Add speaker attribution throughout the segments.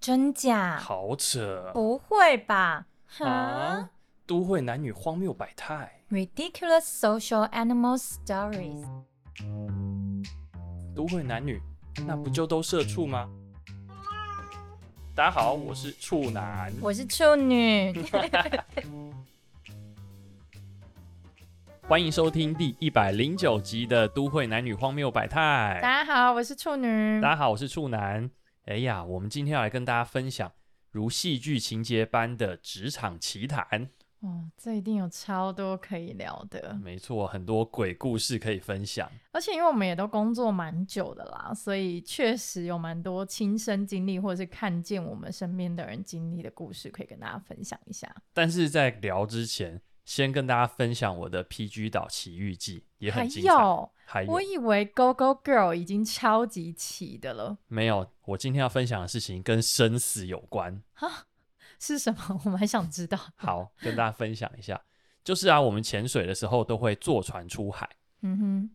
Speaker 1: 真假？
Speaker 2: 好扯
Speaker 1: 不会吧？哈、
Speaker 2: 啊！都会男女荒谬百态，
Speaker 1: r i d i c u l o u s social animal stories。
Speaker 2: 都会男女，那不就都社畜吗？大家好，我是处男。
Speaker 1: 我是处女，
Speaker 2: 欢迎收听第一百零九集的《都会男女荒谬百态
Speaker 1: 大》。家好，我是处女
Speaker 2: 大。家好，我是处男。哎呀，我们今天要来跟大家分享如戏剧情节般的职场奇谈。
Speaker 1: 哦，这一定有超多可以聊的，
Speaker 2: 没错，很多鬼故事可以分享。
Speaker 1: 而且因为我们也都工作蛮久的啦，所以确实有蛮多亲身经历，或者是看见我们身边的人经历的故事，可以跟大家分享一下。
Speaker 2: 但是在聊之前，先跟大家分享我的 PG 岛奇遇记，也
Speaker 1: 还
Speaker 2: 很精彩。
Speaker 1: 有，
Speaker 2: 还有
Speaker 1: 我以为 Go Go Girl 已经超级齐的了，
Speaker 2: 没有？我今天要分享的事情跟生死有关。
Speaker 1: 是什么？ 我蛮想知道。
Speaker 2: 好，跟大家分享一下，就是啊，我们潜水的时候都会坐船出海。
Speaker 1: 嗯哼，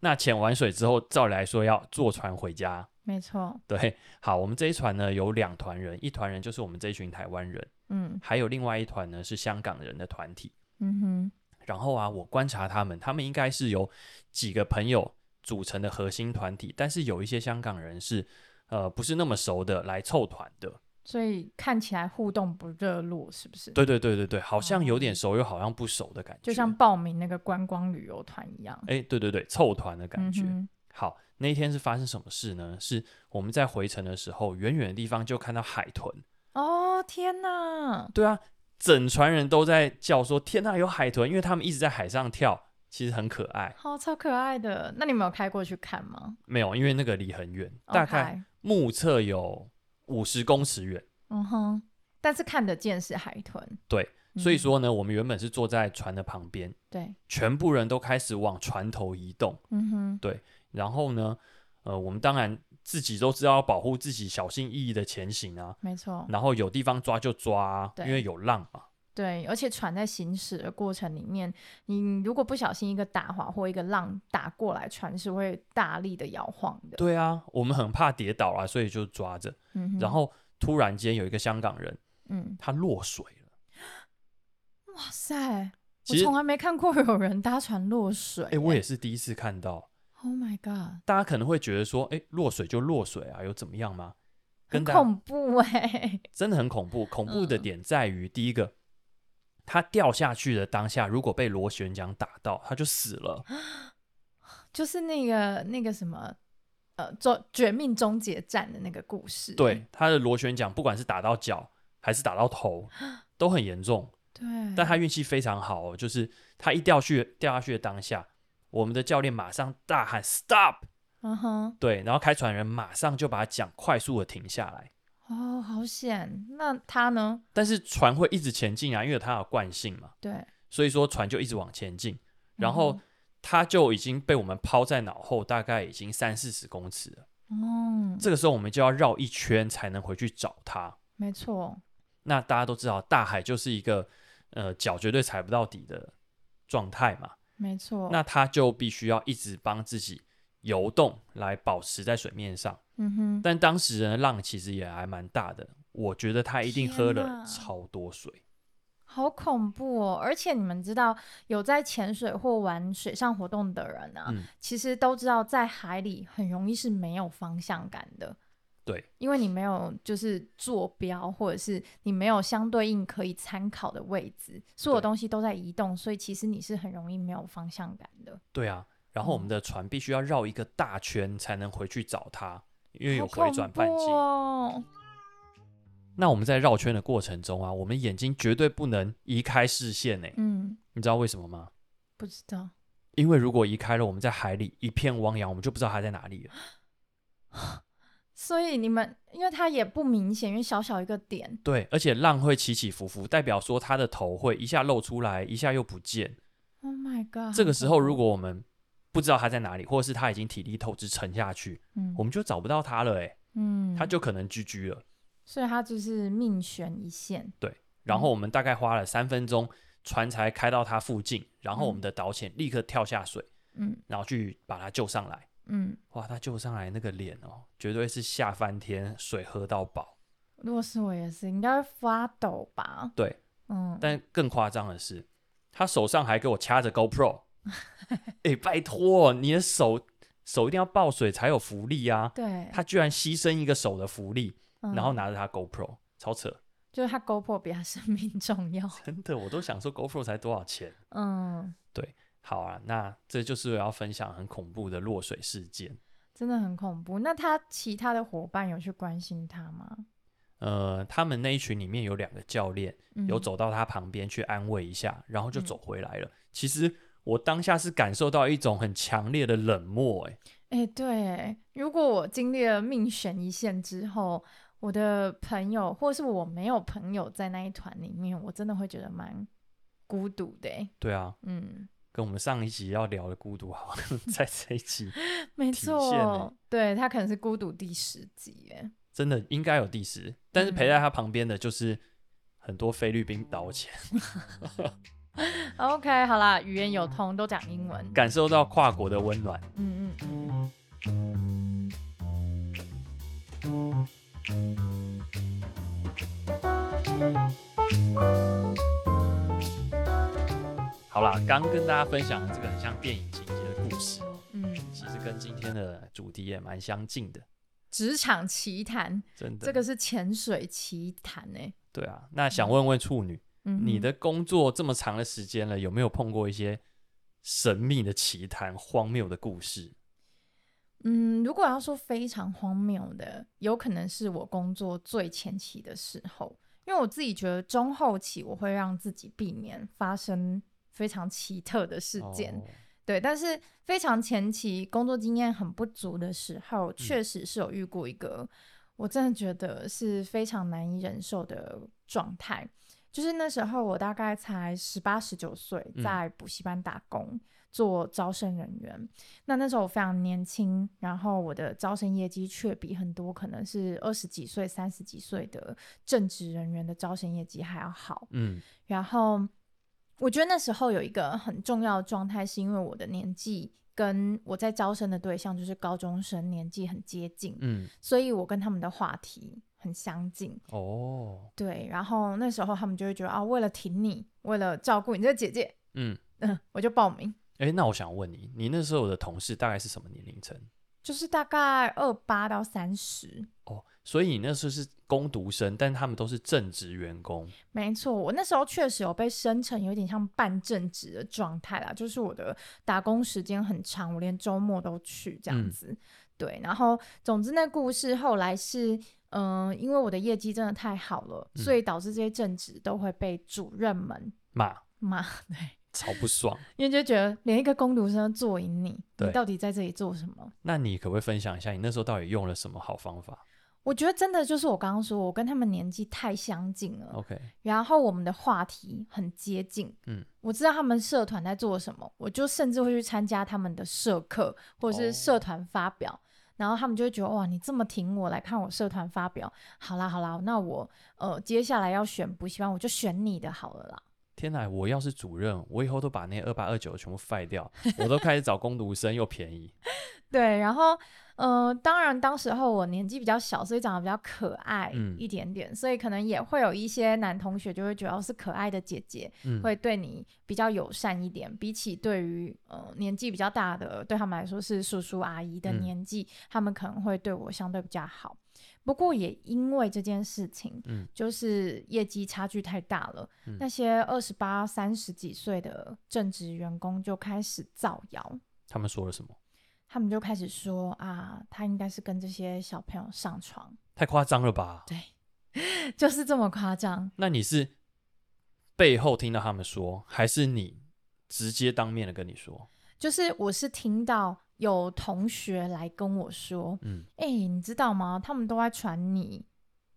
Speaker 2: 那潜完水之后，照理来说要坐船回家。
Speaker 1: 没错，
Speaker 2: 对，好，我们这一船呢有两团人，一团人就是我们这一群台湾人，
Speaker 1: 嗯
Speaker 2: 还有另外一团呢是香港人的团体。
Speaker 1: 嗯哼，
Speaker 2: 然后啊，我观察他们，他们应该是由几个朋友组成的核心团体，但是有一些香港人是呃不是那么熟的来凑团的。
Speaker 1: 所以看起来互动不热络，是不是？，
Speaker 2: 对对对对对，好像有点
Speaker 1: 哦
Speaker 2: 熟又好像不熟的感觉，
Speaker 1: 就像报名那个观光旅游团一样，
Speaker 2: 哎，对对对，凑团的感觉。
Speaker 1: 嗯
Speaker 2: 好，那一天是发生什么事呢？是我们在回程的时候，远远的地方就看到海豚。
Speaker 1: 哼哦，天哪！
Speaker 2: 对啊，整船人都在叫说：“天呐，有海豚！”因为他们一直在海上跳，其实很可爱。
Speaker 1: 好、哦超可爱的。那你们有开过去看吗？
Speaker 2: 没有，因为那个离很远，
Speaker 1: 哦
Speaker 2: 大概
Speaker 1: OK，
Speaker 2: 目测有五十公尺远。
Speaker 1: 嗯哼，但是看得见是海豚，
Speaker 2: 对，所以
Speaker 1: 嗯
Speaker 2: 说呢，我们原本是坐在船的旁边，
Speaker 1: 对，
Speaker 2: 全部人都开始往船头移动。
Speaker 1: 嗯哼，
Speaker 2: 然后呢，呃，我们当然自己都知道要保护自己，小心翼翼的前行啊。
Speaker 1: 没错，
Speaker 2: 然后有地方抓就抓、啊，
Speaker 1: 对
Speaker 2: 因为有浪嘛。
Speaker 1: 对，而且船在行驶的过程里面，你如果不小心一个打滑或一个浪打过来，船是会大力的摇晃的。
Speaker 2: 对啊，我们很怕跌倒啊，所以就抓着。
Speaker 1: 嗯哼，
Speaker 2: 然后突然间有一个香港人，
Speaker 1: 嗯，
Speaker 2: 他落水了。
Speaker 1: 哇塞，我
Speaker 2: 其实，
Speaker 1: 从来没看过有人搭船落水耶。
Speaker 2: 哎、我也是第一次看到。
Speaker 1: ，Oh my god，
Speaker 2: 大家可能会觉得说，哎、落水就落水啊，有怎么样吗？
Speaker 1: 很
Speaker 2: 跟大家
Speaker 1: 恐怖哎、
Speaker 2: 真的很恐怖。恐怖的
Speaker 1: 嗯
Speaker 2: 点在于，第一个，他掉下去的当下，如果被螺旋桨打到，他就死了。
Speaker 1: 就是那个那个什么，呃，终绝命终结战的那个故事。
Speaker 2: 对，他的螺旋桨不管是打到脚还是打到头，都很严重。
Speaker 1: 对，
Speaker 2: 但他运气非常好哦，就是他一掉去掉下去的当下，我们的教练马上大喊 “stop”，
Speaker 1: 嗯哼，
Speaker 2: 对，然后开船人马上就把桨快速的停下来。
Speaker 1: 哦，好险。那他呢？
Speaker 2: 但是船会一直前进啊，因为它有惯性嘛，
Speaker 1: 对，
Speaker 2: 所以说船就一直往前进。然
Speaker 1: 嗯
Speaker 2: 后他就已经被我们抛在脑后，大概已经三四十公尺了。
Speaker 1: 哦，
Speaker 2: 这个时候我们就要绕一圈才能回去找他。
Speaker 1: 没错，
Speaker 2: 那大家都知道，大海就是一个呃脚绝对踩不到底的状态嘛。
Speaker 1: 没错。
Speaker 2: 那他就必须要一直帮自己游动来保持在水面上。
Speaker 1: 嗯哼，
Speaker 2: 但当时的浪其实也还蛮大的，我觉得他一定喝
Speaker 1: 天哪
Speaker 2: 了超多水。
Speaker 1: 好恐怖哦！而且你们知道，有在潜水或玩水上活动的人啊，
Speaker 2: 嗯
Speaker 1: 其实都知道，在海里很容易是没有方向感的。
Speaker 2: 对，
Speaker 1: 因为你没有就是坐标，或者是你没有相对应可以参考的位置，所有
Speaker 2: 对
Speaker 1: 东西都在移动，所以其实你是很容易没有方向感的。
Speaker 2: 对啊，然
Speaker 1: 嗯
Speaker 2: 后我们的船必须要绕一个大圈才能回去找他，因为有回转半
Speaker 1: 好恐
Speaker 2: 径
Speaker 1: 怖。哦！
Speaker 2: 那我们在绕圈的过程中啊，我们眼睛绝对不能移开视线呢、
Speaker 1: 嗯，
Speaker 2: 你知道为什么吗？
Speaker 1: 不知道，
Speaker 2: 因为如果移开了，我们在海里一片汪洋，我们就不知道他在哪里了。
Speaker 1: 所以你们因为它也不明显，因为小小一个点，
Speaker 2: 对，而且浪会起起伏伏，代表说他的头会一下露出来，一下又不见。
Speaker 1: Oh my god！
Speaker 2: 这个时候，如
Speaker 1: 果
Speaker 2: 果我们不知道他在哪里，或者是他已经体力透支沉下去，
Speaker 1: 嗯
Speaker 2: 我们就找不到他了、欸，
Speaker 1: 嗯，
Speaker 2: 他就可能 GG 了。
Speaker 1: 所以他就是命悬一线。
Speaker 2: 然后我们大概花了三分钟，船才开到他附近，然后我们的导潜立刻跳下水，
Speaker 1: 嗯
Speaker 2: 然后去把他救上来。
Speaker 1: 嗯，
Speaker 2: 哇，他救上来那个脸哦，绝对是吓翻天，水喝到饱。
Speaker 1: 如果是我也是，应该会发抖吧？
Speaker 2: 对，
Speaker 1: 嗯，
Speaker 2: 但更夸张的是，他手上还给我掐着 GoPro。哎、拜托，你的手手一定要抱水才有浮力啊！
Speaker 1: 对，
Speaker 2: 他居然牺牲一个手的浮力，
Speaker 1: 嗯
Speaker 2: 然后拿着他 GoPro，超扯！
Speaker 1: 就是他 GoPro 比他生命重要。
Speaker 2: 真的，我都想说 GoPro 才多少钱？
Speaker 1: 嗯，
Speaker 2: 好啊，那这就是我要分享很恐怖的落水事件。
Speaker 1: 真的很恐怖。那他其他的伙伴有去关心他吗？
Speaker 2: 呃，他们那一群里面有两个教练，
Speaker 1: 嗯、
Speaker 2: 有走到他旁边去安慰一下，然后就走回来了。其实我当下是感受到一种很强烈的冷漠、欸，
Speaker 1: 哎、对，如果我经历了命悬一线之后，我的朋友或是我没有朋友在那一团里面，我真的会觉得蛮孤独的、欸。
Speaker 2: 对啊，
Speaker 1: 嗯，
Speaker 2: 跟我们上一集要聊的孤独好，在这一集
Speaker 1: 没
Speaker 2: 体现欸
Speaker 1: 错，对他可能是孤独第十集耶。
Speaker 2: 真的应该有第十，但是陪在他旁边的就是很多菲律宾岛前，
Speaker 1: OK，好啦，语言有通，都讲英文。
Speaker 2: 感受到跨国的温暖。
Speaker 1: 嗯嗯。
Speaker 2: 好啦，刚跟大家分享的这个很像电影情节的故事，
Speaker 1: 嗯，
Speaker 2: 其实跟今天的主题也蛮相近的，
Speaker 1: 职场奇谈，
Speaker 2: 真的。
Speaker 1: 这个是潜水奇谈哎、
Speaker 2: 对啊，那想问问处女，
Speaker 1: 嗯哼，
Speaker 2: 你的工作这么长的时间了，有没有碰过一些神秘的奇谈、荒谬的故事？
Speaker 1: 嗯，如果要说非常荒谬的，有可能是我工作最前期的时候，因为我自己觉得中后期我会让自己避免发生非常奇特的事件。
Speaker 2: 哦
Speaker 1: 对，但是非常前期工作经验很不足的时候，确实是有遇过一个，我真的觉得是非常难以忍受的状态。就是那时候我大概才十八十九岁，
Speaker 2: 嗯
Speaker 1: 在补习班打工、做招生人员。那那时候我非常年轻，然后我的招生业绩却比很多可能是二十几岁、三十几岁的正职人员的招生业绩还要好。
Speaker 2: 嗯
Speaker 1: 然后我觉得那时候有一个很重要的状态，是因为我的年纪跟我在招生的对象就是高中生，年纪很接近，
Speaker 2: 嗯，
Speaker 1: 所以我跟他们的话题很相近。
Speaker 2: 哦，
Speaker 1: 对，然后那时候他们就会觉得啊，为了挺你，为了照顾你这个姐姐，
Speaker 2: 嗯，
Speaker 1: 嗯，我就报名，
Speaker 2: 哎、那我想问你，你那时候的同事大概是什么年龄层？
Speaker 1: 就是大概二八到三十。
Speaker 2: 哦，所以你那时候是工读生，但他们都是正职员工。
Speaker 1: 没错，我那时候确实有被升成有点像半正职的状态啦，就是我的打工时间很长，我连周末都去这样
Speaker 2: 嗯
Speaker 1: 子。对，然后总之那故事后来是，嗯、因为我的业绩真的太好了，
Speaker 2: 嗯
Speaker 1: 所以导致这些正职都会被主任们
Speaker 2: 骂，
Speaker 1: 骂，对，
Speaker 2: 超不爽。
Speaker 1: 因为就觉得连一个工读生都坐赢你，你
Speaker 2: 对
Speaker 1: 到底在这里做什么？
Speaker 2: 那你可不可以分享一下，你那时候到底用了什么好方法
Speaker 1: 我觉得真的就是我刚刚说，我跟他们年纪太相近了，
Speaker 2: ？OK，
Speaker 1: 然后我们的话题很接近，
Speaker 2: 嗯，
Speaker 1: 我知道他们社团在做什么，我就甚至会去参加他们的社课或者是
Speaker 2: 哦
Speaker 1: 社团发表，然后他们就会觉得哇，你这么挺我来看我社团发表，好啦好啦，那我呃接下来要选补习班，我就选你的好了啦。
Speaker 2: 天哪！我要是主任，我以后都把那二八二九全部废掉，我都开始找工读生，又便宜。
Speaker 1: 对，然后呃，当然当时候我年纪比较小，所以长得比较可爱
Speaker 2: 嗯
Speaker 1: 一点点，所以可能也会有一些男同学就会觉得哦是可爱的姐姐，
Speaker 2: 嗯，
Speaker 1: 会对你比较友善一点，比起对于呃年纪比较大的，对他们来说是叔叔阿姨的
Speaker 2: 嗯
Speaker 1: 年纪，他们可能会对我相对比较好。不过也因为这件事情，
Speaker 2: 嗯
Speaker 1: 就是业绩差距太大了，
Speaker 2: 嗯
Speaker 1: 那些二十八、三十几岁的正职员工就开始造谣，
Speaker 2: 他们说了什么？
Speaker 1: 他们就开始说啊，他应该是跟这些小朋友上床，
Speaker 2: 太夸张了吧？
Speaker 1: 就是这么夸张。
Speaker 2: 那你是背后听到他们说，还是你直接当面的跟你说？
Speaker 1: 就是我是听到有同学来跟我说，
Speaker 2: 嗯，
Speaker 1: 哎、你知道吗？他们都在传你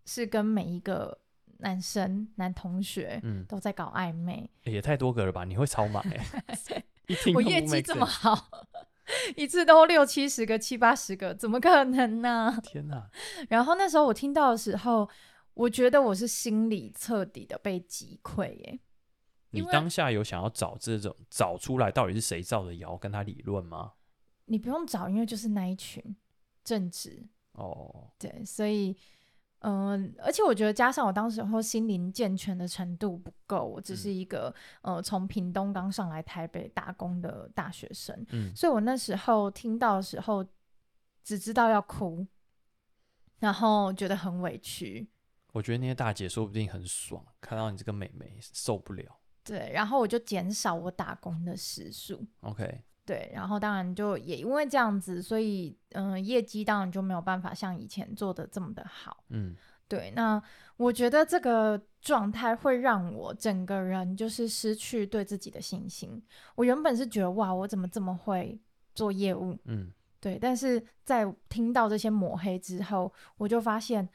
Speaker 1: 是跟每一个男生、男同学
Speaker 2: 嗯，
Speaker 1: 都在搞暧 昧。
Speaker 2: 欸也太多个了吧？你会超满 哎、一听
Speaker 1: 我
Speaker 2: 就
Speaker 1: 业
Speaker 2: 不
Speaker 1: 绩
Speaker 2: make
Speaker 1: 这么
Speaker 2: sense
Speaker 1: 好，一次都六七十个、七八十个，怎么可能呢？
Speaker 2: 天啊哪！
Speaker 1: 然后那时候我听到的时候，我觉得我是心里彻底的被击溃耶。
Speaker 2: 你
Speaker 1: 因为
Speaker 2: 当下有想要找这种找出来到底是谁造的谣，跟他理论吗？
Speaker 1: 你不用找，因为就是那一群正直，
Speaker 2: 哦，
Speaker 1: 对，所以嗯、而且我觉得加上我当时候心灵健全的程度不够，我只是一个、呃从屏东刚上来台北打工的大学生，
Speaker 2: 嗯
Speaker 1: 所以我那时候听到的时候，只知道要哭，然后觉得很委屈，
Speaker 2: 我觉得那些大姐说不定很爽，看到你这个妹妹受不了。
Speaker 1: 对，然后我就减少我打工的时数，
Speaker 2: OK，
Speaker 1: 对，然后当然就也因为这样子，所以嗯、呃业绩当然就没有办法像以前做的这么的好。
Speaker 2: 嗯
Speaker 1: 对，那我觉得这个状态会让我整个人就是失去对自己的信心。我原本是觉得哇，我怎么这么会做业务？
Speaker 2: 嗯，
Speaker 1: 对，但是在听到这些抹黑之后，我就发现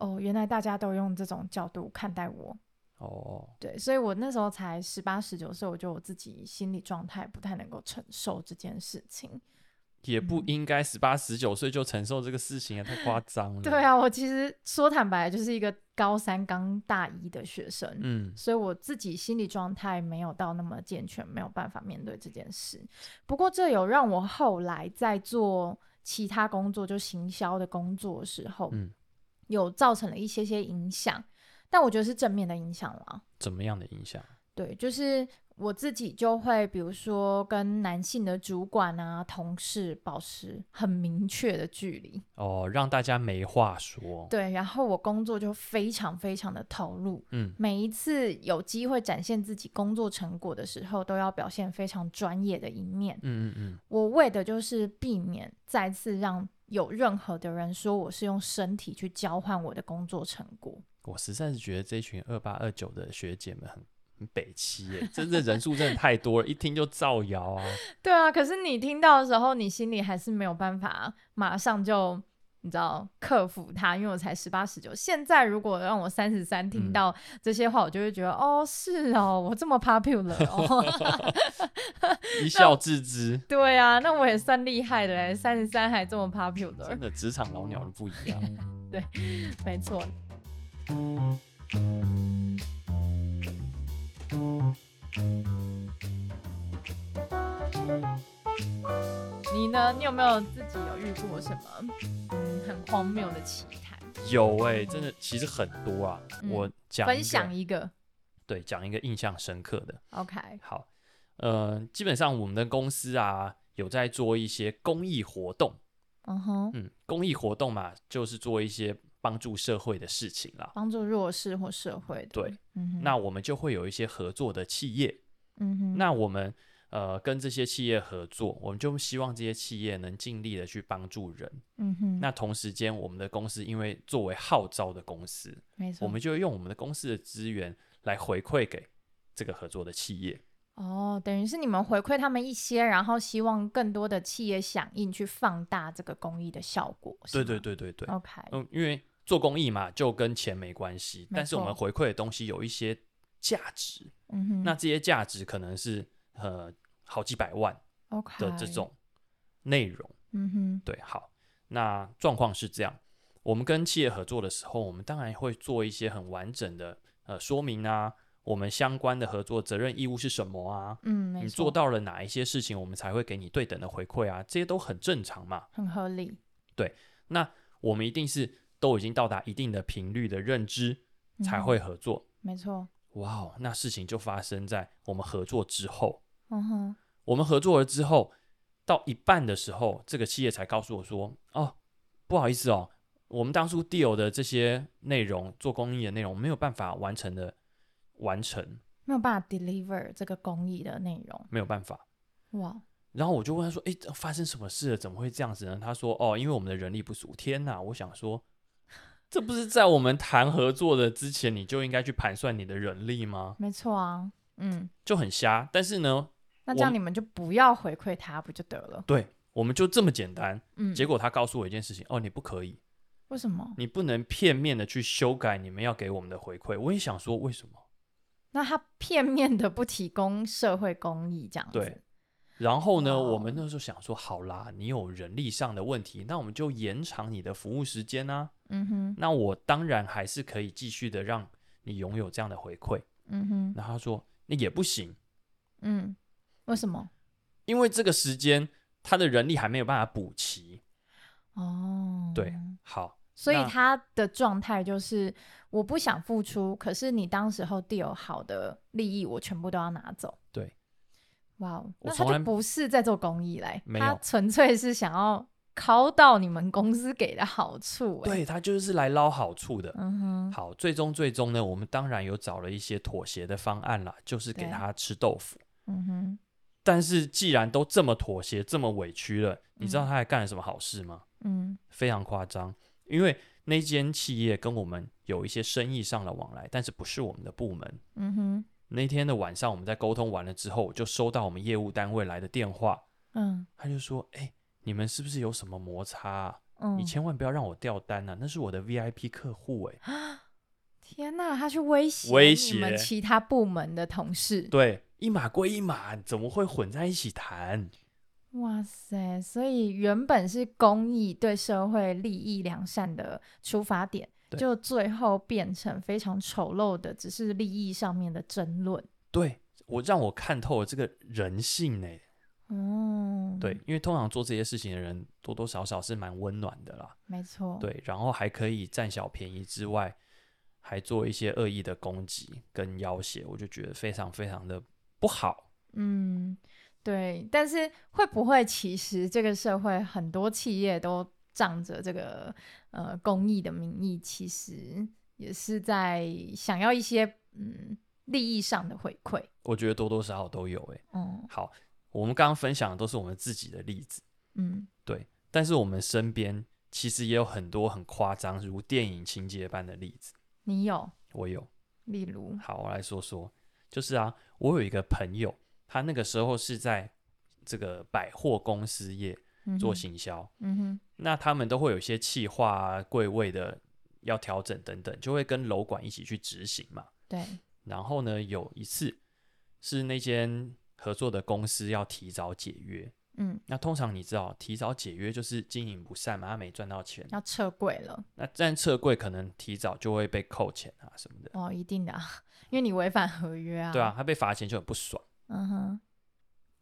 Speaker 1: 哦，原来大家都用这种角度看待我。
Speaker 2: 哦，
Speaker 1: 对，所以我那时候才十八十九岁，我觉得我自己心理状态不太能够承受这件事情。
Speaker 2: 也不
Speaker 1: 嗯
Speaker 2: 应该十八十九岁就承受这个事情啊，太夸张了。
Speaker 1: 对，啊，我其实说坦白，就是一个高三刚大一的学生。
Speaker 2: 嗯，
Speaker 1: 所以我自己心理状态没有到那么健全，没有办法面对这件事。不过这有让我后来在做其他工作，就行销的工作的时候，
Speaker 2: 嗯
Speaker 1: 有造成了一些些影响，但我觉得是正面的影响啦。
Speaker 2: 怎么样的影响？
Speaker 1: 对，就是我自己就会，比如说跟男性的主管啊、同事保持很明确的距离。
Speaker 2: 哦，让大家没话说。
Speaker 1: 对，然后我工作就非常非常的投入，
Speaker 2: 嗯
Speaker 1: 每一次有机会展现自己工作成果的时候，都要表现非常专业的一面。
Speaker 2: 嗯嗯嗯，
Speaker 1: 我为的就是避免再次让有任何的人说我是用身体去交换我的工作成果。
Speaker 2: 我实在是觉得这群二八二九的学姐们很很北七耶，真的人数真的太多了，一听就造谣啊。
Speaker 1: 对啊，可是你听到的时候，你心里还是没有办法马上就。你知道克服它，因为我才十八十九。现在如果让我三十三听
Speaker 2: 嗯
Speaker 1: 到这些话，我就会觉得哦，是哦，我这么 popular 哦，
Speaker 2: 一笑置之，
Speaker 1: 对啊，那我也算厉害的嘞，三十三还这么 popular，
Speaker 2: 真的职场老鸟都不一样。
Speaker 1: 没错。你呢？你有没有自己有遇过什么嗯很荒谬的奇谈？
Speaker 2: 有哎、真的其实很多啊。
Speaker 1: 嗯
Speaker 2: 我讲一
Speaker 1: 分
Speaker 2: 个
Speaker 1: 享一个
Speaker 2: 对，讲一个印象深刻的。
Speaker 1: ，OK，
Speaker 2: 好，呃，基本上我们的公司啊，有在做一些公益活动，
Speaker 1: 嗯哼，
Speaker 2: 嗯，公益活动嘛，就是做一些帮助社会的事情啦。
Speaker 1: 帮助弱势或社会的，
Speaker 2: 对，
Speaker 1: 嗯哼，
Speaker 2: 那我们就会有一些合作的企业，
Speaker 1: 嗯哼，
Speaker 2: 那我们呃跟这些企业合作，我们就希望这些企业能尽力的去帮助人。
Speaker 1: 嗯哼，
Speaker 2: 那同时间，我们的公司因为作为号召的公司，
Speaker 1: 没错，
Speaker 2: 我们就用我们的公司的资源来回馈给这个合作的企业。
Speaker 1: 哦，等于是你们回馈他们一些，然后希望更多的企业响应，去放大这个公益的效果。
Speaker 2: 对
Speaker 1: 是吗哦
Speaker 2: 对对对对，
Speaker 1: ，OK，
Speaker 2: 嗯，因为做公益嘛，就跟钱没关系，
Speaker 1: 没
Speaker 2: 但是我
Speaker 1: 错
Speaker 2: 们回馈的东西有一些价值，
Speaker 1: 嗯哼，
Speaker 2: 那这些价值可能是呃好几百万
Speaker 1: OK
Speaker 2: 的这，种内容。
Speaker 1: 嗯哼，
Speaker 2: 对，好，那状况是这样，我们跟企业合作的时候，我们当然会做一些很完整的呃说明啊，我们相关的合作责任义务是什么啊，
Speaker 1: 嗯，没
Speaker 2: 你
Speaker 1: 错
Speaker 2: 做到了哪一些事情，我们才会给你对等的回馈啊，这些都很正常嘛。
Speaker 1: 很合理，
Speaker 2: 我们一定是都已经到达一定的频率的认知才
Speaker 1: 嗯
Speaker 2: 会合作。
Speaker 1: 没错，
Speaker 2: 哇哦，那事情就发生在我们合作之后。
Speaker 1: 嗯哼，
Speaker 2: 我们合作了之后，到一半的时候，这个企业才告诉我说：“哦，不好意思哦，我们当初 deal 的这些内容，做公益的内容没有办法完成的，完成
Speaker 1: 没有办法 deliver 这个公益的内容，
Speaker 2: 没有办法。
Speaker 1: 哇，”
Speaker 2: 然后我就问他说：“诶，这发生什么事了？怎么会这样子呢？”他说：“哦，因为我们的人力不足。”天哪，我想说，这不是在我们谈合作的之前，你就应该去盘算你的人力吗？
Speaker 1: 没错啊，嗯，
Speaker 2: 就很瞎。但是呢，
Speaker 1: 那
Speaker 2: 我
Speaker 1: 这样
Speaker 2: 们
Speaker 1: 你们就不要回馈他不就得了？
Speaker 2: 对，我们就这么简单。
Speaker 1: 嗯，
Speaker 2: 结果他告诉我一件事情，哦，你不可以，
Speaker 1: 为什么？
Speaker 2: 你不能片面的去修改你们要给我们的回馈。我也想说，为什么？
Speaker 1: 那他片面的不提供社会公益这样子，
Speaker 2: 对然后呢，
Speaker 1: 哦
Speaker 2: 我们那时候想说，好啦，你有人力上的问题，那我们就延长你的服务时间啊。
Speaker 1: 嗯哼，
Speaker 2: 那我当然还是可以继续的让你拥有这样的回馈。
Speaker 1: 嗯哼，
Speaker 2: 那他说，那也不行，
Speaker 1: 嗯，为什么？
Speaker 2: 因为这个时间他的人力还没有办法补齐。
Speaker 1: 哦，
Speaker 2: 对好，
Speaker 1: 所以
Speaker 2: 那
Speaker 1: 他的状态就是我不想付出，可是你当时候 deal 好的利益，我全部都要拿走。
Speaker 2: 对，
Speaker 1: 哇哦，
Speaker 2: 我
Speaker 1: 那他
Speaker 2: 从来
Speaker 1: 就不是在做公益嘞，
Speaker 2: 没
Speaker 1: 他
Speaker 2: 有
Speaker 1: 纯粹是想要靠到你们公司给的好处。哎，
Speaker 2: 对他就是来捞好处的。
Speaker 1: 嗯哼，
Speaker 2: 好，最终最终呢，我们当然有找了一些妥协的方案啦，就是给
Speaker 1: 对
Speaker 2: 他吃豆腐。
Speaker 1: 嗯哼，
Speaker 2: 但是既然都这么妥协、这么委屈了，你知道
Speaker 1: 嗯
Speaker 2: 他还干了什么好事吗？
Speaker 1: 嗯
Speaker 2: 非常夸张，因为那间企业跟我们有一些生意上的往来，但是不是我们的部门。
Speaker 1: 嗯哼，
Speaker 2: 那天的晚上，我们在沟通完了之后，我就收到我们业务单位来的电话，
Speaker 1: 嗯
Speaker 2: 他就说：“哎、你们是不是有什么摩擦、啊？
Speaker 1: 嗯
Speaker 2: 你，千万不要让我掉单啊，那是我的 VIP 客户哎、
Speaker 1: 天哪，他去威胁
Speaker 2: 威
Speaker 1: 你们
Speaker 2: 胁
Speaker 1: 其他部门的同事。
Speaker 2: 对，一码归一码，怎么会混在一起谈？
Speaker 1: 哇塞！所以原本是公益对社会利益良善的出发点，
Speaker 2: 对
Speaker 1: 就最后变成非常丑陋的，只是利益上面的争论。
Speaker 2: 对我让我看透了这个人性欸呢、
Speaker 1: 哦，
Speaker 2: 对，，因为通常做这些事情的人多多少少是蛮温暖的啦。
Speaker 1: 没错，，
Speaker 2: 对，然后还可以占小便宜之外，还做一些恶意的攻击跟要挟，我就觉得非常非常的不好。
Speaker 1: 嗯，对。但是会不会其实这个社会很多企业都仗着这个呃公益的名义，其实也是在想要一些嗯利益上的回馈？
Speaker 2: 我觉得多多少少都有诶、
Speaker 1: 哦，
Speaker 2: 好，我们刚刚分享的都是我们自己的例子，
Speaker 1: 嗯
Speaker 2: 但是我们身边其实也有很多很夸张如电影情节般的例子。
Speaker 1: 你有，
Speaker 2: 我有，
Speaker 1: 例如，
Speaker 2: 好，我来说说，就是啊，我有一个朋友，他那个时候是在这个百货公司业
Speaker 1: 嗯
Speaker 2: 做
Speaker 1: 哼
Speaker 2: 行销，
Speaker 1: 嗯哼。
Speaker 2: 那他们都会有一些企划啊、柜位的要调整等等，就会跟楼管一起去执行嘛。
Speaker 1: 对，
Speaker 2: 然后呢，有一次是那间合作的公司要提早解约，
Speaker 1: 嗯，
Speaker 2: 那通常你知道提早解约就是经营不善嘛，他没赚到钱，
Speaker 1: 要撤柜了
Speaker 2: 那但撤柜可能提早就会被扣钱啊什么的，
Speaker 1: 哦，一定的啊、因为你违反合约啊。
Speaker 2: 对啊，，他被罚钱就很不爽。
Speaker 1: 嗯哼，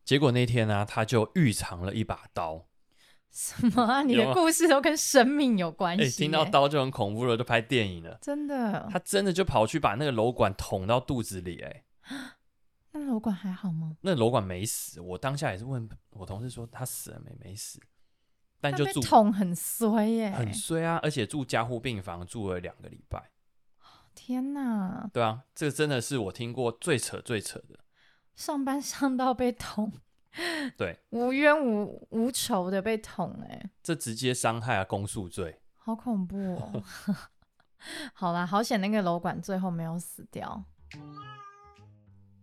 Speaker 2: 结果那天呢、他就预藏了一把刀，
Speaker 1: 什么啊？你
Speaker 2: 有
Speaker 1: 的
Speaker 2: 啊
Speaker 1: 故事都跟生命有关
Speaker 2: 哎、
Speaker 1: 系耶、
Speaker 2: 听到刀就很恐怖了，都拍电影了。
Speaker 1: 真的，
Speaker 2: 他真的就跑去把那个楼管捅到肚子里、哎，
Speaker 1: 那楼管还好吗？
Speaker 2: 那楼管没死，我当下也是问我同事说他死了没？没死，但
Speaker 1: 那
Speaker 2: 就
Speaker 1: 被
Speaker 2: 住
Speaker 1: 捅欸很衰耶、
Speaker 2: 很衰啊，而且住加护病房住了两个礼拜。
Speaker 1: 天哪，
Speaker 2: 对啊，这真的是我听过最扯最扯的。
Speaker 1: 上班上到被捅，
Speaker 2: 对，
Speaker 1: 无冤无无仇的被捅、哎，
Speaker 2: 这直接伤害啊公诉罪。
Speaker 1: 好恐怖哦。 好啦，好险那个楼管最后没有死掉。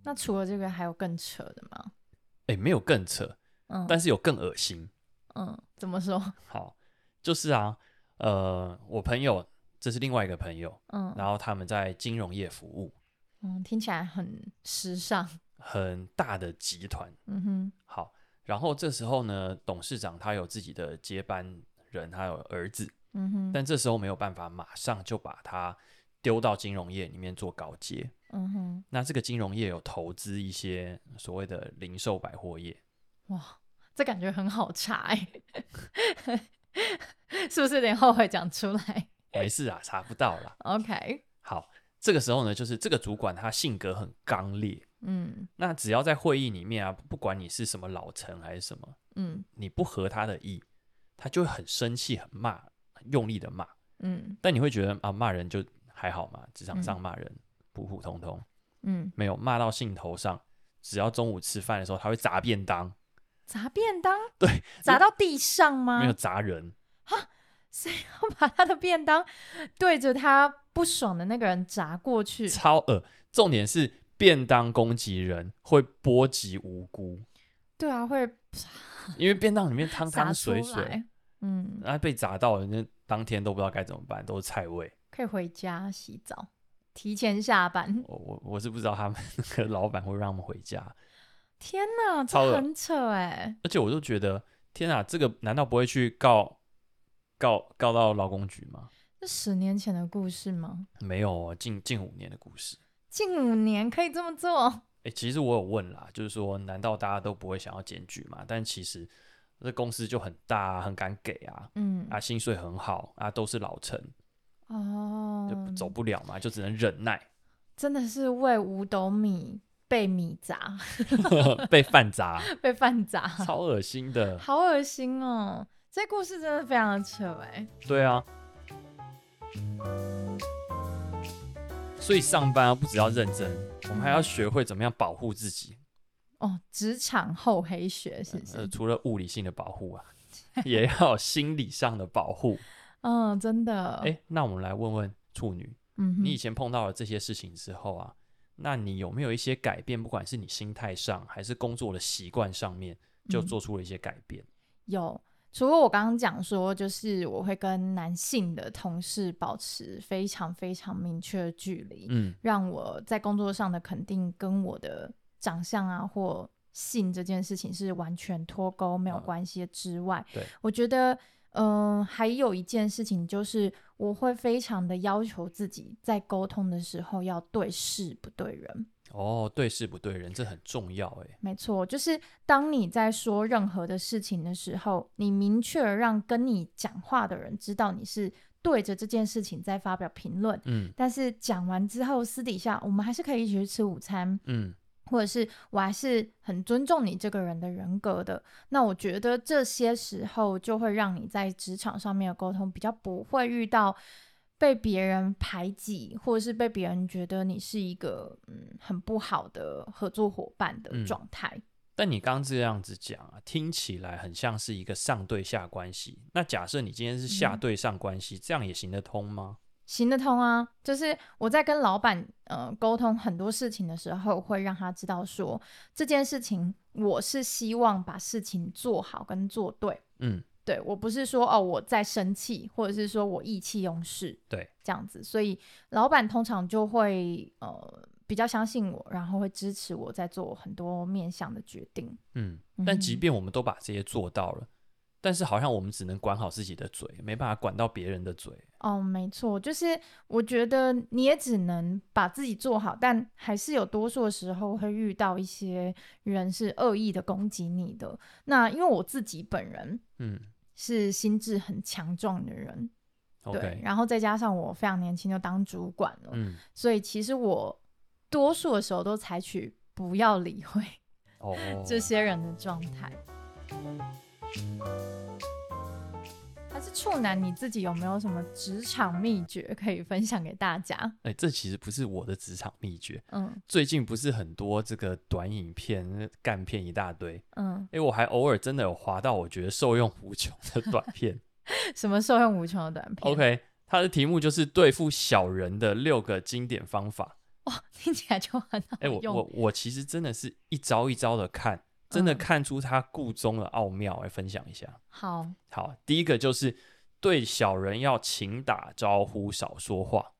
Speaker 1: 那除了这个，还有更扯的吗？
Speaker 2: 哎，没有更扯，
Speaker 1: 嗯，
Speaker 2: 但是有更恶心。
Speaker 1: 嗯，怎么说？
Speaker 2: 好，就是啊，呃，我朋友这是另外一个朋友，
Speaker 1: 嗯，
Speaker 2: 然后他们在金融业服务，
Speaker 1: 嗯，听起来很时尚。
Speaker 2: 很大的集团。
Speaker 1: 嗯哼，
Speaker 2: 好，然后这时候呢，董事长他有自己的接班人，他有儿子。
Speaker 1: 嗯哼，
Speaker 2: 但这时候没有办法马上就把它丢到金融业里面做高阶。
Speaker 1: 嗯哼，
Speaker 2: 那这个金融业有投资一些所谓的零售百货业，
Speaker 1: 哇，这感觉很好查哎、 是不是有点后悔讲出来
Speaker 2: 没事啊，查不到啦。
Speaker 1: ？OK，
Speaker 2: 好，这个时候呢，就是这个主管他性格很刚烈，
Speaker 1: 嗯
Speaker 2: 那只要在会议里面啊，不管你是什么老臣还是什么，
Speaker 1: 嗯
Speaker 2: 你不合他的意，他就会很生气、很骂、很用力的骂。
Speaker 1: 嗯
Speaker 2: 但你会觉得啊，骂人就还好嘛，职场上
Speaker 1: 嗯
Speaker 2: 骂人普普通通，
Speaker 1: 嗯，
Speaker 2: 没有骂到兴头上。只要中午吃饭的时候，他会砸便当。
Speaker 1: 砸便当？
Speaker 2: 对，
Speaker 1: 砸到地上吗
Speaker 2: 没有？砸人，
Speaker 1: 所以要把他的便当对着他不爽的那个人砸过去，
Speaker 2: 超恶。重点是便当攻击人会波及无辜，
Speaker 1: 对啊，会
Speaker 2: 因为便当里面 汤
Speaker 1: 砸
Speaker 2: 汤
Speaker 1: 出
Speaker 2: 水水，
Speaker 1: 来。嗯，
Speaker 2: 那被砸到，人家当天都不知道该怎么办，都是菜味。
Speaker 1: 可以回家洗澡，提前下班。
Speaker 2: 我我我是不知道他们 那个老板会让他们回家，
Speaker 1: 天哪，
Speaker 2: 超恶
Speaker 1: 这很扯哎、
Speaker 2: 而且我就觉得天啊，这个难道不会去告告告到劳工局吗？
Speaker 1: 这十年前的故事吗？
Speaker 2: 没有哦，近近五年的故事。
Speaker 1: 近五年可以这么做？
Speaker 2: 哎、其实我有问啦，就是说，难道大家都不会想要检举吗？但其实，这公司就很大、啊，很敢给啊，
Speaker 1: 嗯，
Speaker 2: 啊，薪水很好啊，都是老臣，
Speaker 1: 哦，
Speaker 2: 就走不了嘛，就只能忍耐，
Speaker 1: 真的是为五斗米被米砸，
Speaker 2: 被饭砸，
Speaker 1: 被饭砸，
Speaker 2: 超恶心的。
Speaker 1: 好恶心哦！这故事真的非常的扯哎。
Speaker 2: 对啊，所以上班啊，不只要认真，我们还要学会怎么样保护自己。
Speaker 1: 哦，职场厚黑学是不是？
Speaker 2: 呃，除了物理性的保 护啊，也要有心理上的保护。
Speaker 1: 嗯，真的。
Speaker 2: 哎、那我们来问问处女，
Speaker 1: 嗯哼，
Speaker 2: 你以前碰到了这些事情之后啊，那你有没有一些改变？不管是你心态上，还是工作的习惯上面，就
Speaker 1: 嗯
Speaker 2: 做出了一些改变。
Speaker 1: 有，除了我刚刚讲说，就是我会跟男性的同事保持非常非常明确的距离，
Speaker 2: 嗯
Speaker 1: 让我在工作上的肯定跟我的长相啊或性这件事情是完全脱钩没有
Speaker 2: 嗯
Speaker 1: 关系的之外，
Speaker 2: 对
Speaker 1: 我觉得。嗯，还有一件事情就是，我会非常的要求自己在沟通的时候要对事不对人。
Speaker 2: 哦，对事不对人，这很重要哎。
Speaker 1: 没错，就是当你在说任何的事情的时候，你明确地让跟你讲话的人知道你是对着这件事情在发表评论。
Speaker 2: 嗯
Speaker 1: 但是讲完之后，私底下我们还是可以一起去吃午餐，
Speaker 2: 嗯，
Speaker 1: 或者是我还是很尊重你这个人的人格的。那我觉得这些时候就会让你在职场上面的沟通比较不会遇到被别人排挤，或者是被别人觉得你是一个嗯很不好的合作伙伴的
Speaker 2: 嗯
Speaker 1: 状态。
Speaker 2: 但你刚这样子讲啊，听起来很像是一个上对下关系。那假设你今天是下
Speaker 1: 嗯
Speaker 2: 对上关系，这样也行得通吗？
Speaker 1: 行得通啊。就是我在跟老板呃沟通很多事情的时候，会让他知道说这件事情我是希望把事情做好跟做对。
Speaker 2: 嗯，
Speaker 1: 对我不是说哦我在生气，或者是说我意气用事，
Speaker 2: 对，
Speaker 1: 这样子，所以老板通常就会呃比较相信我，然后会支持我在做很多面向的决定。
Speaker 2: 嗯，但即
Speaker 1: 嗯
Speaker 2: 便我们都把这些做到了，但是好像我们只能管好自己的嘴，没办法管到别人的嘴。
Speaker 1: 哦，没错，就是我觉得你也只能把自己做好，但还是有多数的时候会遇到一些人是恶意的攻击你的。那因为我自己本人
Speaker 2: 嗯
Speaker 1: 是心智很强壮的人，对，
Speaker 2: ，OK，
Speaker 1: 然后再加上我非常年轻就当主管了，
Speaker 2: 嗯，
Speaker 1: 所以其实我多数的时候都采取不要理会
Speaker 2: 哦，
Speaker 1: 这些人的状态。但是处男，你自己有没有什么职场秘诀可以分享给大家？
Speaker 2: 哎、这其实不是我的职场秘诀。
Speaker 1: 嗯
Speaker 2: 最近不是很多这个短影片、呃干片一大堆，
Speaker 1: 嗯，
Speaker 2: 哎、我还偶尔真的有滑到我觉得受用无穷的短 片。
Speaker 1: 什么受用无穷的短片
Speaker 2: OK，它的题目就是对付小人的六个经典方法。
Speaker 1: 听起来就很好
Speaker 2: 哎、我
Speaker 1: 哦用。
Speaker 2: 我我其实真的是一招一招的看，真的
Speaker 1: 嗯
Speaker 2: 看出它故中的奥妙。来分享一下。
Speaker 1: 好，
Speaker 2: 好，第一个就是对小人要勤打招呼，少说话。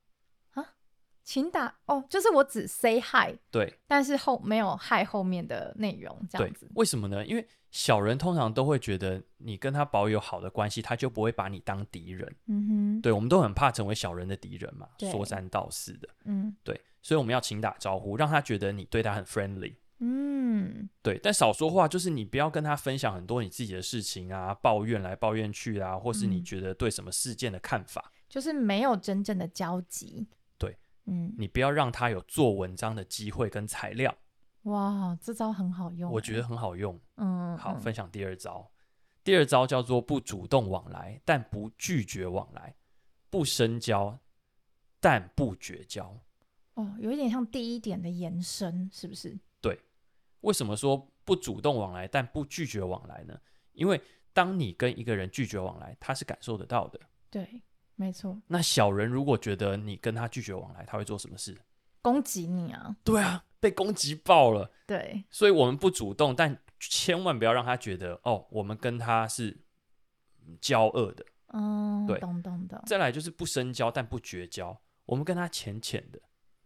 Speaker 1: 请打哦，就是我只 say hi，
Speaker 2: 对
Speaker 1: 但是后没有 hi 后面的内容这
Speaker 2: 对
Speaker 1: 样子，。
Speaker 2: 为什么呢？因为小人通常都会觉得你跟他保有好的关系，他就不会把你当敌人。
Speaker 1: 嗯哼，
Speaker 2: 对，我们都很怕成为小人的敌人嘛，
Speaker 1: 对
Speaker 2: 说三道四的。
Speaker 1: 嗯
Speaker 2: 对，所以我们要勤打招呼，让他觉得你对他很 friendly。
Speaker 1: 嗯
Speaker 2: 对，但少说话就是你不要跟他分享很多你自己的事情啊，抱怨来抱怨去啊，或是你
Speaker 1: 嗯
Speaker 2: 觉得对什么事件的看法，
Speaker 1: 就是没有真正的交集。
Speaker 2: 对，
Speaker 1: 嗯，
Speaker 2: 你不要让他有做文章的机会跟材料，
Speaker 1: 哇，这招很好用欸，
Speaker 2: 我觉得很好用。
Speaker 1: 嗯，嗯，
Speaker 2: 好，
Speaker 1: 嗯
Speaker 2: 分享第二招，第二招叫做不主动往来，但不拒绝往来，不深交，但不绝交。
Speaker 1: 哦，有一点像第一点的延伸，是不是？
Speaker 2: 为什么说不主动往来，但不拒绝往来呢？因为当你跟一个人拒绝往来，他是感受得到的。
Speaker 1: 对，没错，
Speaker 2: 那小人如果觉得你跟他拒绝往来，他会做什么事？
Speaker 1: 攻击你啊，
Speaker 2: 对啊，被攻击爆了。
Speaker 1: 对，
Speaker 2: 所以我们不主动，但千万不要让他觉得哦，我们跟他是嗯交恶的。
Speaker 1: 嗯，
Speaker 2: 对
Speaker 1: 懂懂懂，
Speaker 2: 再来就是不深交，但不绝交。我们跟他浅浅的，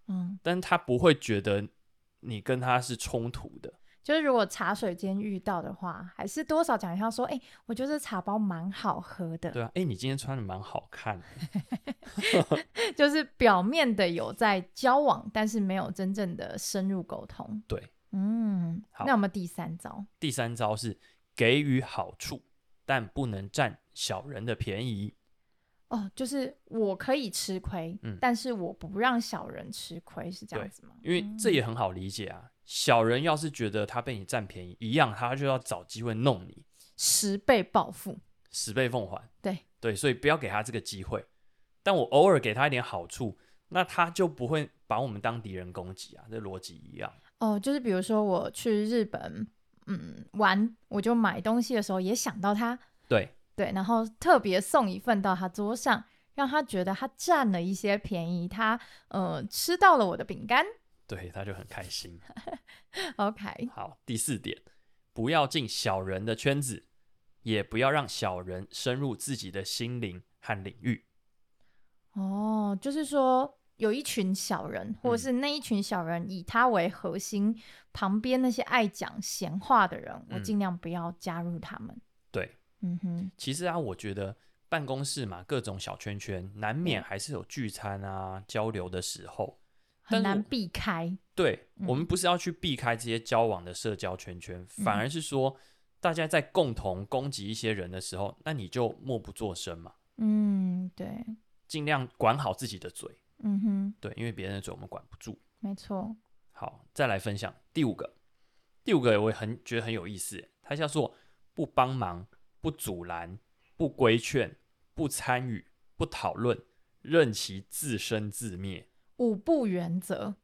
Speaker 1: 嗯，
Speaker 2: 但是他不会觉得你跟他是冲突的。
Speaker 1: 就是如果茶水间遇到的话，还是多少讲一下说，哎、我觉得这茶包蛮好喝的，
Speaker 2: 对啊，哎，你今天穿的蛮好看的。
Speaker 1: 就是表面的有在交往，但是没有真正的深入沟通。
Speaker 2: 对，
Speaker 1: 嗯，
Speaker 2: 好
Speaker 1: 那我们第三招，
Speaker 2: 第三招是给予好处，但不能占小人的便宜。
Speaker 1: 哦，就是我可以吃亏，
Speaker 2: 嗯
Speaker 1: 但是我不让小人吃亏，是这样子吗？
Speaker 2: 因为这也很好理解啊，小人要是觉得他被你占便宜，一样他就要找机会弄你，
Speaker 1: 十倍报复，
Speaker 2: 十倍奉还。
Speaker 1: 对
Speaker 2: 对，所以不要给他这个机会。但我偶尔给他一点好处，那他就不会把我们当敌人攻击啊，这逻辑一样。
Speaker 1: 哦，就是比如说我去日本，嗯，玩，我就买东西的时候也想到他，
Speaker 2: 对，
Speaker 1: 对，然后特别送一份到他桌上，让他觉得他占了一些便宜，他呃吃到了我的饼干。
Speaker 2: 对，他就很开心。
Speaker 1: 哎 OK，
Speaker 2: 好，第四点，不要进小人的圈子，也不要让小人深入自己的心灵和领域。
Speaker 1: 哦，就是说有一群小人，
Speaker 2: 嗯
Speaker 1: 或者是那一群小人以他为核心，旁边那些爱讲闲话的人，我
Speaker 2: 嗯
Speaker 1: 尽量不要加入他们。
Speaker 2: 对，
Speaker 1: 嗯哼，
Speaker 2: 其实啊，我觉得办公室嘛，各种小圈圈，难免
Speaker 1: 嗯
Speaker 2: 还是有聚餐啊、交流的时候。但
Speaker 1: 很
Speaker 2: 是
Speaker 1: 难
Speaker 2: 我
Speaker 1: 避开。
Speaker 2: 对，
Speaker 1: 嗯
Speaker 2: 我们不是要去避开这些交往的社交圈圈，反
Speaker 1: 嗯
Speaker 2: 而是说，大家在共同攻击一些人的时候，那你就默不作声嘛，
Speaker 1: 嗯，对，
Speaker 2: 尽量管好自己的嘴。
Speaker 1: 嗯哼，
Speaker 2: 对，因为别人的嘴我们管不住。
Speaker 1: 没错。
Speaker 2: 好，再来分享第五个，第五个我也很觉得很有意思，它叫做不帮忙、不阻拦、不规劝、不参与、不讨论，任其自生自灭。
Speaker 1: 五不原则，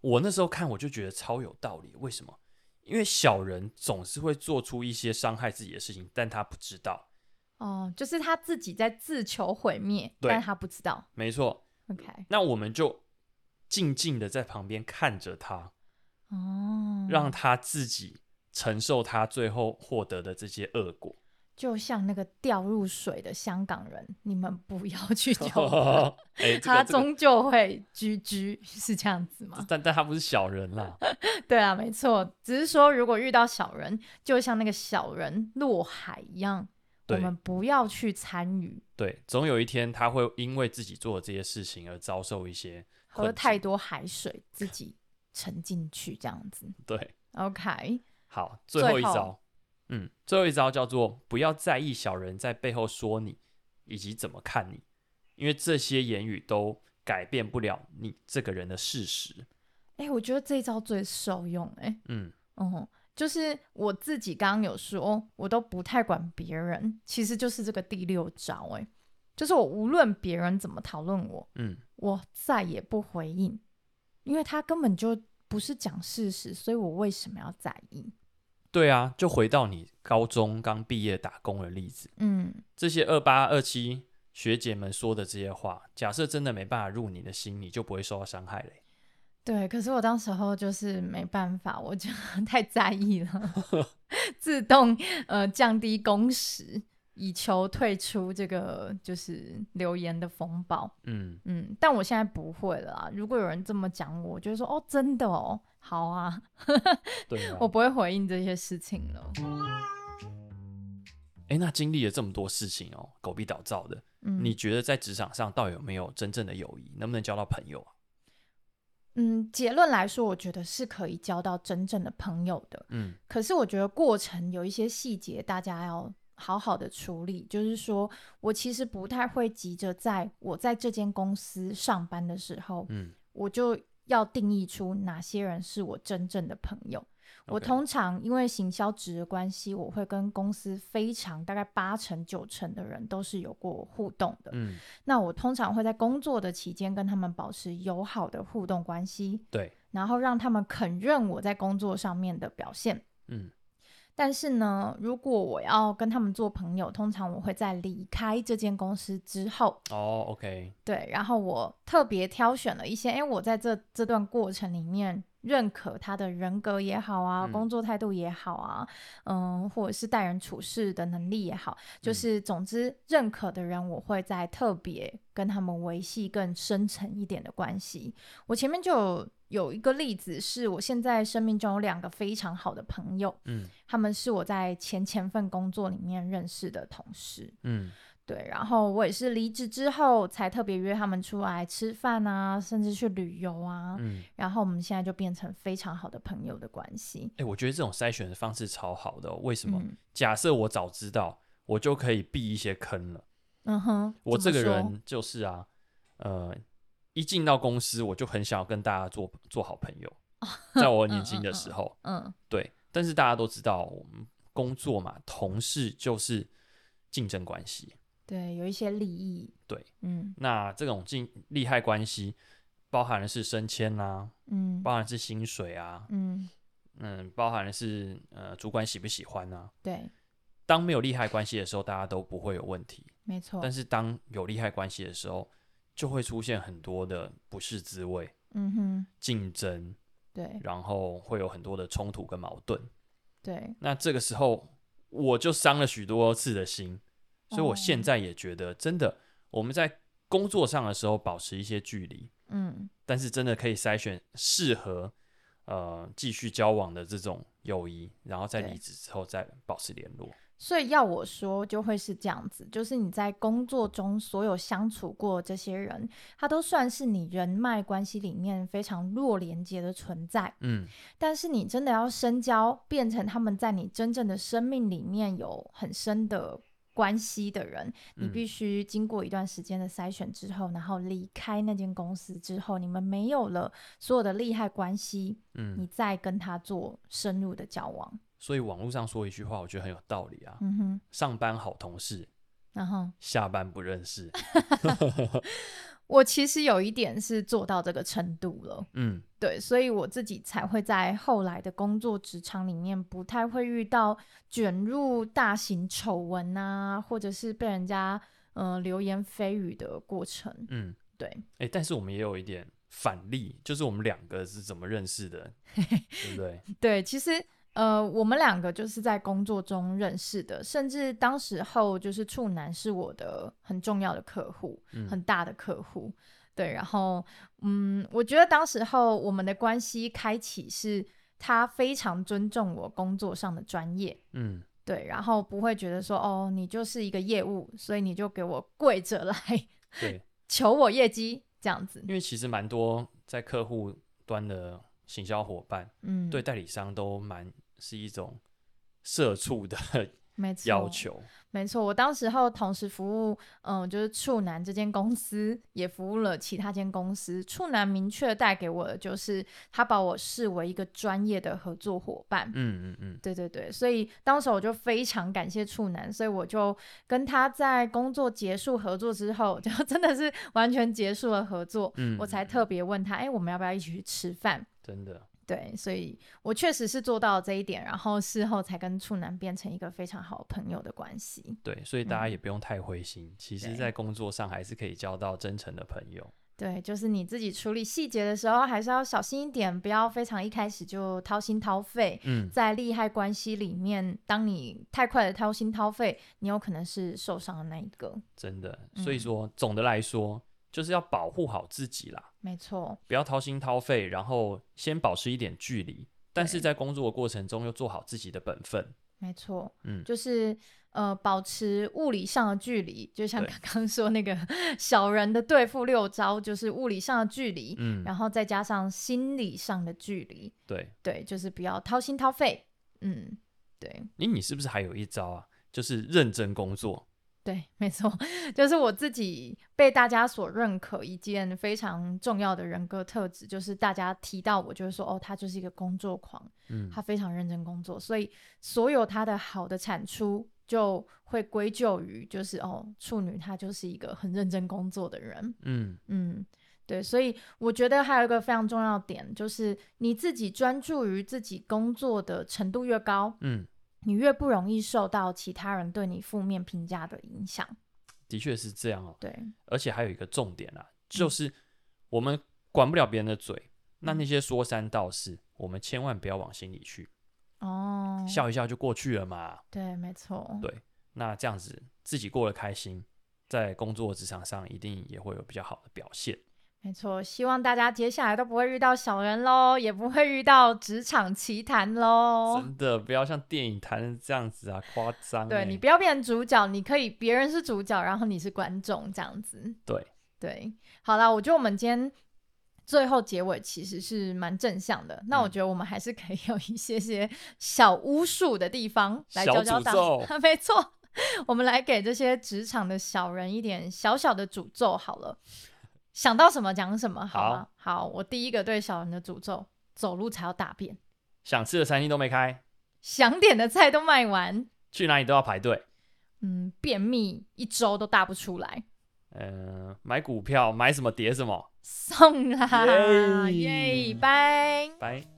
Speaker 2: 我那时候看我就觉得超有道理，为什么？因为小人总是会做出一些伤害自己的事情，但他不知道。
Speaker 1: 哦，就是他自己在自求毁灭，
Speaker 2: 对
Speaker 1: 但他不知道。
Speaker 2: 没错，
Speaker 1: OK，
Speaker 2: 那我们就静静的在旁边看着他，
Speaker 1: 哦，
Speaker 2: 让他自己承受他最后获得的这些恶果。
Speaker 1: 就像那个掉入水的香港人，你们不 要去救他，
Speaker 2: 哦，哎，这
Speaker 1: 他
Speaker 2: 个这个，
Speaker 1: 终究会居居，是这样子吗？
Speaker 2: 但但他不是小人啦，
Speaker 1: 对啊，没错，只是说如果遇到小人，就像那个小人落海一样，我
Speaker 2: 对
Speaker 1: 们不要去参与，
Speaker 2: 对，总有一天他会因为自己做的这些事情而遭受一些
Speaker 1: 喝
Speaker 2: 困
Speaker 1: 太
Speaker 2: 境
Speaker 1: 多海水，自己沉进去这样子。
Speaker 2: 对。
Speaker 1: OK，
Speaker 2: 好，最
Speaker 1: 最
Speaker 2: 后一
Speaker 1: 后
Speaker 2: 招，嗯，最后一招叫做不要在意小人在背后说你以及怎么看你，因为这些言语都改变不了你这个人的事实。
Speaker 1: 哎、我觉得这一招最受用、哎。
Speaker 2: 嗯，
Speaker 1: 嗯，就是我自己刚刚有说，哦我都不太管别人，其实就是这个第六招、欸，就是我无论别人怎么讨论我，
Speaker 2: 嗯，
Speaker 1: 我再也不回应，因为他根本就不是讲事实，所以我为什么要在意？
Speaker 2: 对啊，就回到你高中刚毕业打工的例子，
Speaker 1: 嗯，
Speaker 2: 这些二八二七学姐们说的这些话，假设真的没办法入你的心，你就不会受到伤害嘞。
Speaker 1: 对。可是我当时候就是没办法，我就 太在意了，自动呃降低工时，以求退出这个就是留言的风暴。
Speaker 2: 嗯，
Speaker 1: 嗯，但我现在不会了啊。如果有人这么讲我，我就会说哦，真的哦，好啊，
Speaker 2: 对啊。
Speaker 1: 我不会回应这些事情了。
Speaker 2: 哎，那经历了这么多事情哦，狗屁倒灶的，
Speaker 1: 嗯，
Speaker 2: 你觉得在职场上到底有没有真正的友谊？能不能交到朋友啊？
Speaker 1: 嗯，结论来说，我觉得是可以交到真正的朋友的。
Speaker 2: 嗯，
Speaker 1: 可是我觉得过程有一些细节，大家要好好的处理。就是说我其实不太会急着在我在这间公司上班的时候，
Speaker 2: 嗯，
Speaker 1: 我就要定义出哪些人是我真正的朋友。我
Speaker 2: OK
Speaker 1: 通常因为行销职的关系，我会跟公司非常大概八成九成的人都是有过互动的。
Speaker 2: 嗯，
Speaker 1: 那我通常会在工作的期间跟他们保持友好的互动关系，
Speaker 2: 对，
Speaker 1: 然后让他们肯认我在工作上面的表现。
Speaker 2: 嗯，
Speaker 1: 但是呢，如果我要跟他们做朋友，通常我会在离开这间公司之后，
Speaker 2: 哦，OK，
Speaker 1: 对，然后我特别挑选了一些，哎，我在这这段过程里面认可他的人格也好啊，
Speaker 2: 嗯
Speaker 1: 工作态度也好啊，嗯、或者是待人处事的能力也好，就
Speaker 2: 嗯
Speaker 1: 是总之认可的人，我会在特别跟他们维系更深层一点的关系。我前面就有有一个例子，是我现在生命中有两个非常好的朋友，
Speaker 2: 嗯
Speaker 1: 他们是我在前前份工作里面认识的同事，
Speaker 2: 嗯
Speaker 1: 对，然后我也是离职之后才特别约他们出来吃饭啊，甚至去旅游啊。
Speaker 2: 嗯，
Speaker 1: 然后我们现在就变成非常好的朋友的关系。
Speaker 2: 哎、我觉得这种筛选的方式超好的哦、为什么？
Speaker 1: 嗯
Speaker 2: 假设我早知道，我就可以避一些坑了。
Speaker 1: 嗯哼，
Speaker 2: 我这
Speaker 1: 怎
Speaker 2: 个
Speaker 1: 么说，
Speaker 2: 人就是啊，呃，一进到公司我就很想要跟大家做做好朋友，在我年轻的时候，
Speaker 1: 哦嗯
Speaker 2: 对，但是大家都知道，我们工作嘛，同事就是竞争关系。
Speaker 1: 对，有一些利益，
Speaker 2: 对，
Speaker 1: 嗯
Speaker 2: 那这种竞利害关系，包含的是升迁啦、
Speaker 1: 嗯
Speaker 2: 包含的是薪水啊，
Speaker 1: 嗯，
Speaker 2: 嗯，包含的是呃主管喜不喜欢啊。
Speaker 1: 对，
Speaker 2: 当没有利害关系的时候，大家都不会有问题；
Speaker 1: 没错
Speaker 2: 但，是当有利害关系的时候，就会出现很多的不是滋味、
Speaker 1: 嗯哼，
Speaker 2: 竞争，
Speaker 1: 对
Speaker 2: 然后会有很多的冲突跟矛盾。
Speaker 1: 对，
Speaker 2: 那这个时候我就伤了许多次的心，所以我
Speaker 1: 哦
Speaker 2: 现在也觉得，真的我们在工作上的时候保持一些距离，
Speaker 1: 嗯
Speaker 2: 但是真的可以筛选适合呃继续交往的这种友谊，然后在
Speaker 1: 对
Speaker 2: 离职之后再保持联络。
Speaker 1: 所以要我说，就会是这样子，就是你在工作中所有相处过这些人，他都算是你人脉关系里面非常弱连接的存在。
Speaker 2: 嗯，
Speaker 1: 但是你真的要深交，变成他们在你真正的生命里面有很深的关系的人，你
Speaker 2: 嗯
Speaker 1: 必须经过一段时间的筛选之后，然后离开那间公司之后，你们没有了所有的利害关系，
Speaker 2: 嗯
Speaker 1: 你再跟他做深入的交往。
Speaker 2: 所以网络上说一句话，我觉得很有道理啊：
Speaker 1: 嗯哼，
Speaker 2: 上班好同事，
Speaker 1: 然后。
Speaker 2: 下班不认识。
Speaker 1: 我其实有一点是做到这个程度了，
Speaker 2: 嗯
Speaker 1: 对，所以我自己才会在后来的工作职场里面不太会遇到卷入大型丑闻啊，或者是被人家呃流言蜚语的过程。
Speaker 2: 嗯，
Speaker 1: 对，
Speaker 2: 哎、但是我们也有一点反例，就是我们两个是怎么认识的， 对不对？
Speaker 1: 对，其实呃，我们两个就是在工作中认识的，甚至当时候就是处男是我的很重要的客户，
Speaker 2: 嗯
Speaker 1: 很大的客户。对，然后嗯，我觉得当时候我们的关系开启是他非常尊重我工作上的专业。
Speaker 2: 嗯。
Speaker 1: 对，然后不会觉得说哦，你就是一个业务，所以你就给我跪着来
Speaker 2: 对，
Speaker 1: 求我业绩这样子。
Speaker 2: 因为其实蛮多在客户端的行销伙伴
Speaker 1: 嗯，
Speaker 2: 对，代理商都蛮是一种社畜的
Speaker 1: 没错，
Speaker 2: 要求。
Speaker 1: 没错，我当时候同时服务，嗯，就是处男这间公司，也服务了其他间公司。处男明确带给我的就是，他把我视为一个专业的合作伙伴。
Speaker 2: 嗯嗯嗯，
Speaker 1: 对对对，所以当时我就非常感谢处男，所以我就跟他在工作结束合作之后， 就真的是完全结束了合作，
Speaker 2: 嗯
Speaker 1: 我才
Speaker 2: 嗯
Speaker 1: 特别问他，哎，我们要不要一起去吃饭？
Speaker 2: 真的，
Speaker 1: 对，所以我确实是做到了这一点，然后事后才跟处男变成一个非常好的朋友的关系。
Speaker 2: 对，所以大家也不用太灰心。其实，
Speaker 1: 嗯对嗯
Speaker 2: 在工作上还是可以交到真诚的朋友。
Speaker 1: 对，就是你自己处理细节的时候，还是要小心一点，不要非常一开始就掏心掏肺。
Speaker 2: 嗯，
Speaker 1: 在利害关系里面，当你太快的掏心掏肺，你有可能是受伤的那一个。
Speaker 2: 真的。所以
Speaker 1: 嗯
Speaker 2: 说，总的来说，就是要保护好自己啦，
Speaker 1: 没错，
Speaker 2: 不要掏心掏肺，然后先保持一点距离。但是
Speaker 1: 对
Speaker 2: 在工作的过程中，又做好自己的本分。
Speaker 1: 没错，
Speaker 2: 嗯
Speaker 1: 就是呃，保持物理上的距离，就像
Speaker 2: 对
Speaker 1: 刚刚说那个小人的对付六招，就是物理上的距离，
Speaker 2: 嗯，
Speaker 1: 然后再加上心理上的距离，
Speaker 2: 对。
Speaker 1: 对，就是不要掏心掏肺。嗯，对。
Speaker 2: 诶，你是不是还有一招啊？就是认真工作。
Speaker 1: 对，没错， 就是我自己被大家所认可一件非常重要的人格特质，就是大家提到我就会说，哦，他就是一个工作狂，
Speaker 2: 嗯
Speaker 1: 他非常认真工作，所以所有他的好的产出就会归咎于，就是哦，处女她就是一个很认真工作的人，
Speaker 2: 嗯
Speaker 1: 嗯。对，所以我觉得还有一个非常重要的点，就是你自己专注于自己工作的程度越高，
Speaker 2: 嗯，
Speaker 1: 你越不容易受到其他人对你负面评价的影响。
Speaker 2: 的确是这样哦。
Speaker 1: 对，
Speaker 2: 而且还有一个重点啊，
Speaker 1: 嗯
Speaker 2: 就是我们管不了别人的嘴，那那些说三道四，我们千万不要往心里去，
Speaker 1: 哦，
Speaker 2: 笑一笑就过去了嘛。
Speaker 1: 对，没错，
Speaker 2: 对那这样子自己过得开心，在工作职场上一定也会有比较好的表现。
Speaker 1: 没错，希望大家接下来都不会遇到小人喽，也不会遇到职场奇谈喽。
Speaker 2: 真的不要像电影谈的这样子啊，夸张欸、
Speaker 1: 哦对你不要变成主角，你可以别人是主角，然后你是观众这样子。
Speaker 2: 对
Speaker 1: 对，好啦，我觉得我们今天最后结尾其实是蛮正向的。那我
Speaker 2: 嗯
Speaker 1: 觉得我们还是可以有一些些小巫术的地方来
Speaker 2: 小
Speaker 1: 教教
Speaker 2: 诅
Speaker 1: 大家。
Speaker 2: 咒
Speaker 1: 没错，我们来给这些职场的小人一点小小的诅咒好了。想到什么讲什么，好吗？好我第一个对小人的诅咒：走路才要大便，
Speaker 2: 想吃的餐厅都没开，
Speaker 1: 想点的菜都卖完，
Speaker 2: 去哪里都要排队。
Speaker 1: 嗯，便秘一周都大不出来。
Speaker 2: 嗯、买股票买什么跌什么，
Speaker 1: 送啦，
Speaker 2: 耶
Speaker 1: 耶，拜。
Speaker 2: 拜。